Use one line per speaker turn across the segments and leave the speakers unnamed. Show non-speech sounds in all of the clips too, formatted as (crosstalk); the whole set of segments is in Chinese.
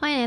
来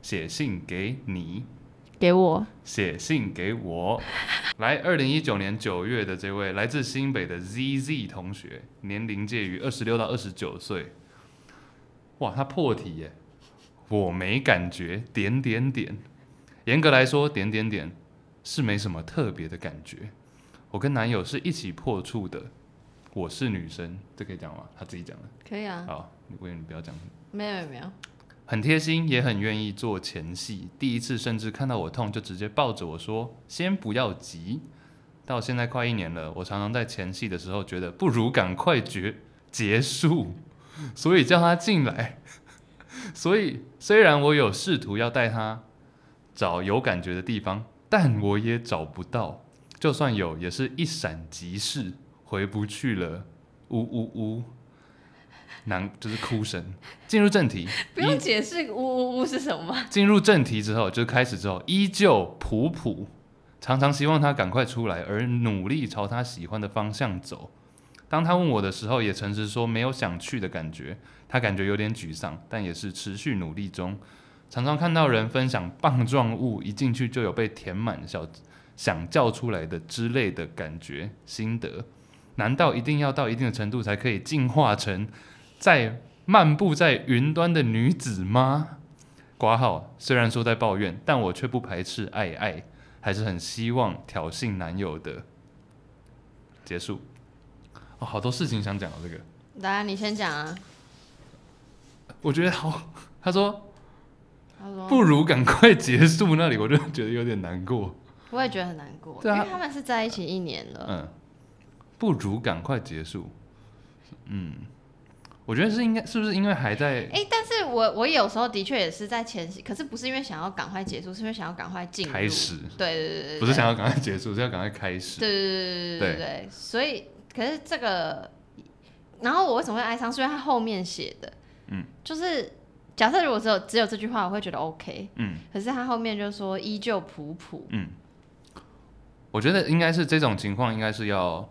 写信给你，
给我，
写信给我。 (laughs) 来，二零一九年九月的这位来自新北的 ZZ 同学，年龄介于二十六到二十九岁。哇，他破题耶！我没感觉，点点点。严格来说，点点点是没什么特别的感觉。我跟男友是一起破处的，我是女生，这可以讲吗？他自己讲的。
可以啊，
好，你不用，你不要讲。
没有没有，
很贴心，也很愿意做前戏。第一次甚至看到我痛，就直接抱着我说：“先不要急。”到现在快一年了，我常常在前戏的时候觉得不如赶快结结束，所以叫他进来。所以虽然我有试图要带他找有感觉的地方，但我也找不到。就算有，也是一闪即逝，回不去了。呜呜呜，难就是哭声。进入正题，
(laughs) 不
一
用解释呜呜呜是什么吗？
进入正题之后，就是开始之后，依旧普普，常常希望他赶快出来，而努力朝他喜欢的方向走。当他问我的时候，也诚实说没有想去的感觉，他感觉有点沮丧，但也是持续努力中。常常看到人分享棒状物，一进去就有被填满小想叫出来的之类的感觉心得。难道一定要到一定的程度才可以进化成在漫步在云端的女子吗？挂号虽然说在抱怨，但我却不排斥爱爱，还是很希望挑衅男友的。结束。哦，好多事情想讲哦，这个
来，你先讲啊。
我觉得好。他说
他说
不如赶快结束那里，我就觉得有点难过。
我也觉得很难过，
对啊
因为他们是在一起一年了，
嗯，不如赶快结束。嗯，我觉得是应该，是不是因为还在
哎、但是我我有时候的确也是在前期，可是不是因为想要赶快结束，是因为想要赶快进入
开始？
对对对对，
不是想要赶快结束，是要赶快开始。
对对对对对对对，所以可是这个，然后我为什么会哀伤？是因为他后面写的，
嗯，
就是假设如果只有只有这句话，我会觉得 OK，
嗯，
可是他后面就说依旧普普，
嗯，我觉得应该是这种情况，应该是要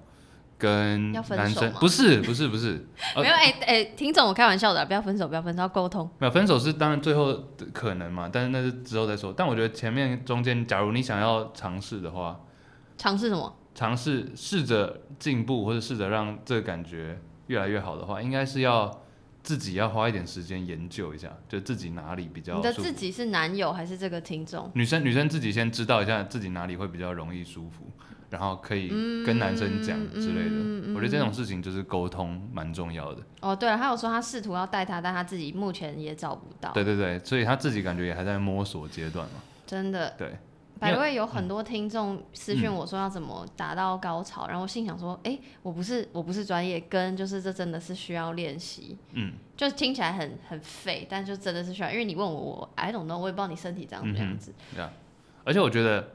跟
要分
男
手
生
吗
不是不是不是，呃
没有哎哎、听懂我开玩笑的啊，不要分手，不要分手，要沟通。
没有分手是当然最后的可能嘛，但是那是之后再说。但我觉得前面中间，假如你想要尝试的话，
尝试什么？
尝试试着进步，或者试着让这个感觉越来越好的话，应该是要自己要花一点时间研究一下，就自己哪里比较
你的
舒
自
服。
己是男友还是这个听众？
女生女生自己先知道一下自己哪里会比较容易舒服，然后可以
嗯
跟男生讲之类的。我觉得这种事情就是沟通蛮重要的。
哦，对了，他有说他试图要带他，但他自己目前也找不到。
对对对，所以他自己感觉也还在摸索阶段嘛。
真的，
对，
百位有
嗯
很多听众私讯我说要怎么达到高潮，然后我心想说，哎、我不是我不是专业，跟就是这真的是需要练习，
嗯
就听起来很很废，但就真的是需要，因为你问我，我 I don't know，我也不知道你身体长什么样子，
对啊。而且我觉得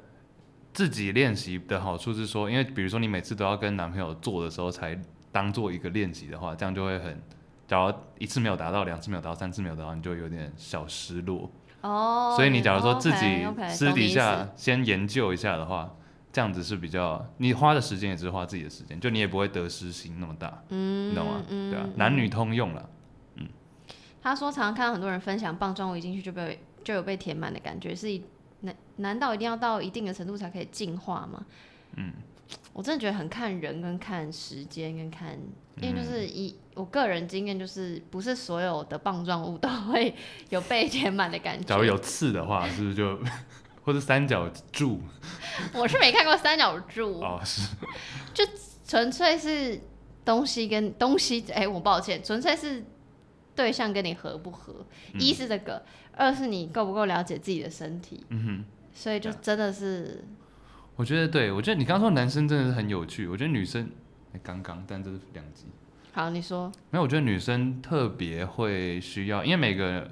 自己练习的好处是说，因为比如说你每次都要跟男朋友做的时候才当做一个练习的话，这样就会很。假如一次没有达到，两次没有达到，三次没有达到，你就会有点小失落。
哦，
所以你假如说自己
o k
私底下先研究一下的话，这样子是比较你花的时间也是花自己的时间，就你也不会得失心那么大，
嗯，
你懂吗？
嗯、
对啊
嗯，
男女通用了。
他说常常看到很多人分享棒状物一进去就被就有被填满的感觉，是一难难道一定要到一定的程度才可以进化吗？嗯，我真的觉得很看人跟看时间跟看，因为就是一、我个人经验就是不是所有的棒状物都会 (laughs) 有被填满的感觉。
假如有刺的话，是不是就 (laughs) 或者三角柱？
我是没看过三角
(laughs)
柱，
哦，是
纯粹是东西跟东西，哎、我抱歉，纯粹是对象跟你合不合，
嗯
一是这个，二是你够不够了解自己的身体，
嗯
所以就真的是
哼，我觉得对，我觉得你刚刚说男生真的是很有趣，我觉得女生哎刚刚，但这是两集。
好，你说
没有，我觉得女生特别会需要，因为每个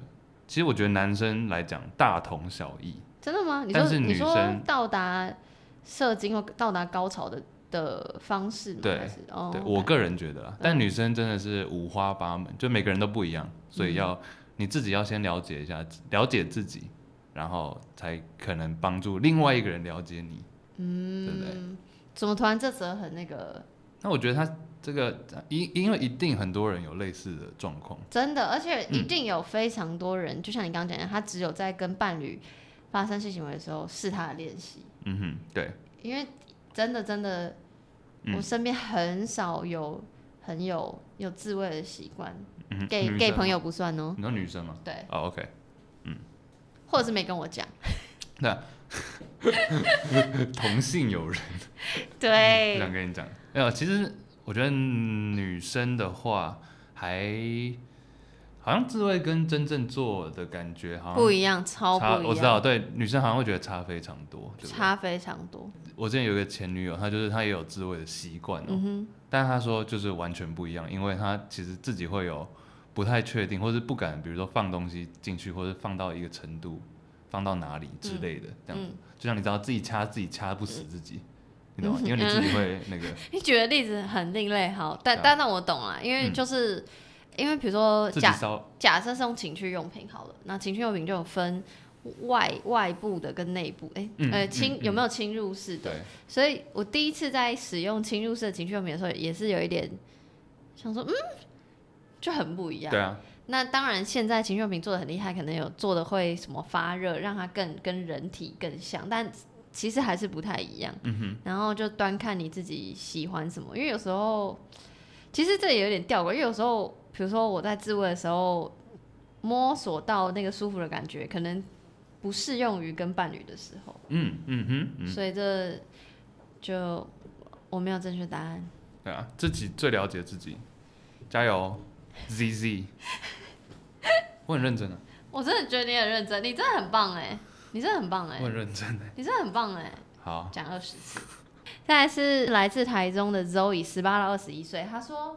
其实我觉得男生来讲大同小异，
真的吗？你
但
说
是
你
女
说
生
到达射精或到达高潮的的方式吗？
对
还是哦，
对
OK 嗯
我个人觉得啦。但女生真的是五花八门，就每个人都不一样，所以要你自己要先了解一下，了解自己，然后才可能帮助另外一个人了解你，嗯，对不对？
怎么突然这则很那个？
那我觉得他这个因因为一定很多人有类似的状况，
真的，而且
嗯
一定有非常多人，就像你刚刚讲的，他只有在跟伴侣发生性行为的时候是他的练习，
嗯哼，对，
因为真的真的，
嗯
我身边很少有很有有自慰的习惯，
嗯哼
给
女
给
生
朋
吗，
友不算哦，
你说女生吗？
对，
哦，OK，
或者是没跟我讲，
同性友人，不想
(laughs) 对，
跟你讲。没有，其实我觉得女生的话还好像自慰跟真正做的感觉好
(laughs)
像
不一样，超
差，
不
我
一
知道，
样，
对，女生好像会觉得差非常多。对不对
差非常多，
我之前有一个前女友，她就是她也有自慰的习惯哦，
嗯哼，
但她说就是完全不一样，因为她其实自己会有不太确定，或是不敢，比如说放东西进去，或者放到一个程度，放到哪里之类的，这样子。
嗯，
就像你知道自己掐自己掐不死自己，你懂吗？
嗯
因为你自己会那
(laughs)
个。
你举的例子很另类，好，但
对啊
但那我懂了，因为
嗯
就是、因为比如说
自己
假
烧，
假设是用情趣用品好了，那情趣用品就有分外外部的跟内部，哎、
嗯
呃，
嗯
侵、
嗯
有没有侵入式的？
对，
所以我第一次在使用侵入式的情趣用品的时候，也是有一点想说，嗯，就很不一样。
对啊，
那当然，现在情趣用品做的很厉害，可能有做的会什么发热，让它更跟人体更像，但其实还是不太一样。
嗯哼，
然后就端看你自己喜欢什么，因为有时候其实这也有点吊诡，因为有时候比如说我在自慰的时候摸索到那个舒服的感觉，可能不适用于跟伴侣的时候，
嗯嗯哼，嗯，
所以这就我没有正确答案。
对啊，自己最了解自己，加油
(laughs)
，Z Z，我很认真啊，
我真的觉得你很认真，你真的很棒哎、你真的很棒哎、
我很认真的、
你真的很棒哎、
好，
讲二十次。再来是来自台中的 Zoe，十八到二十一岁，她说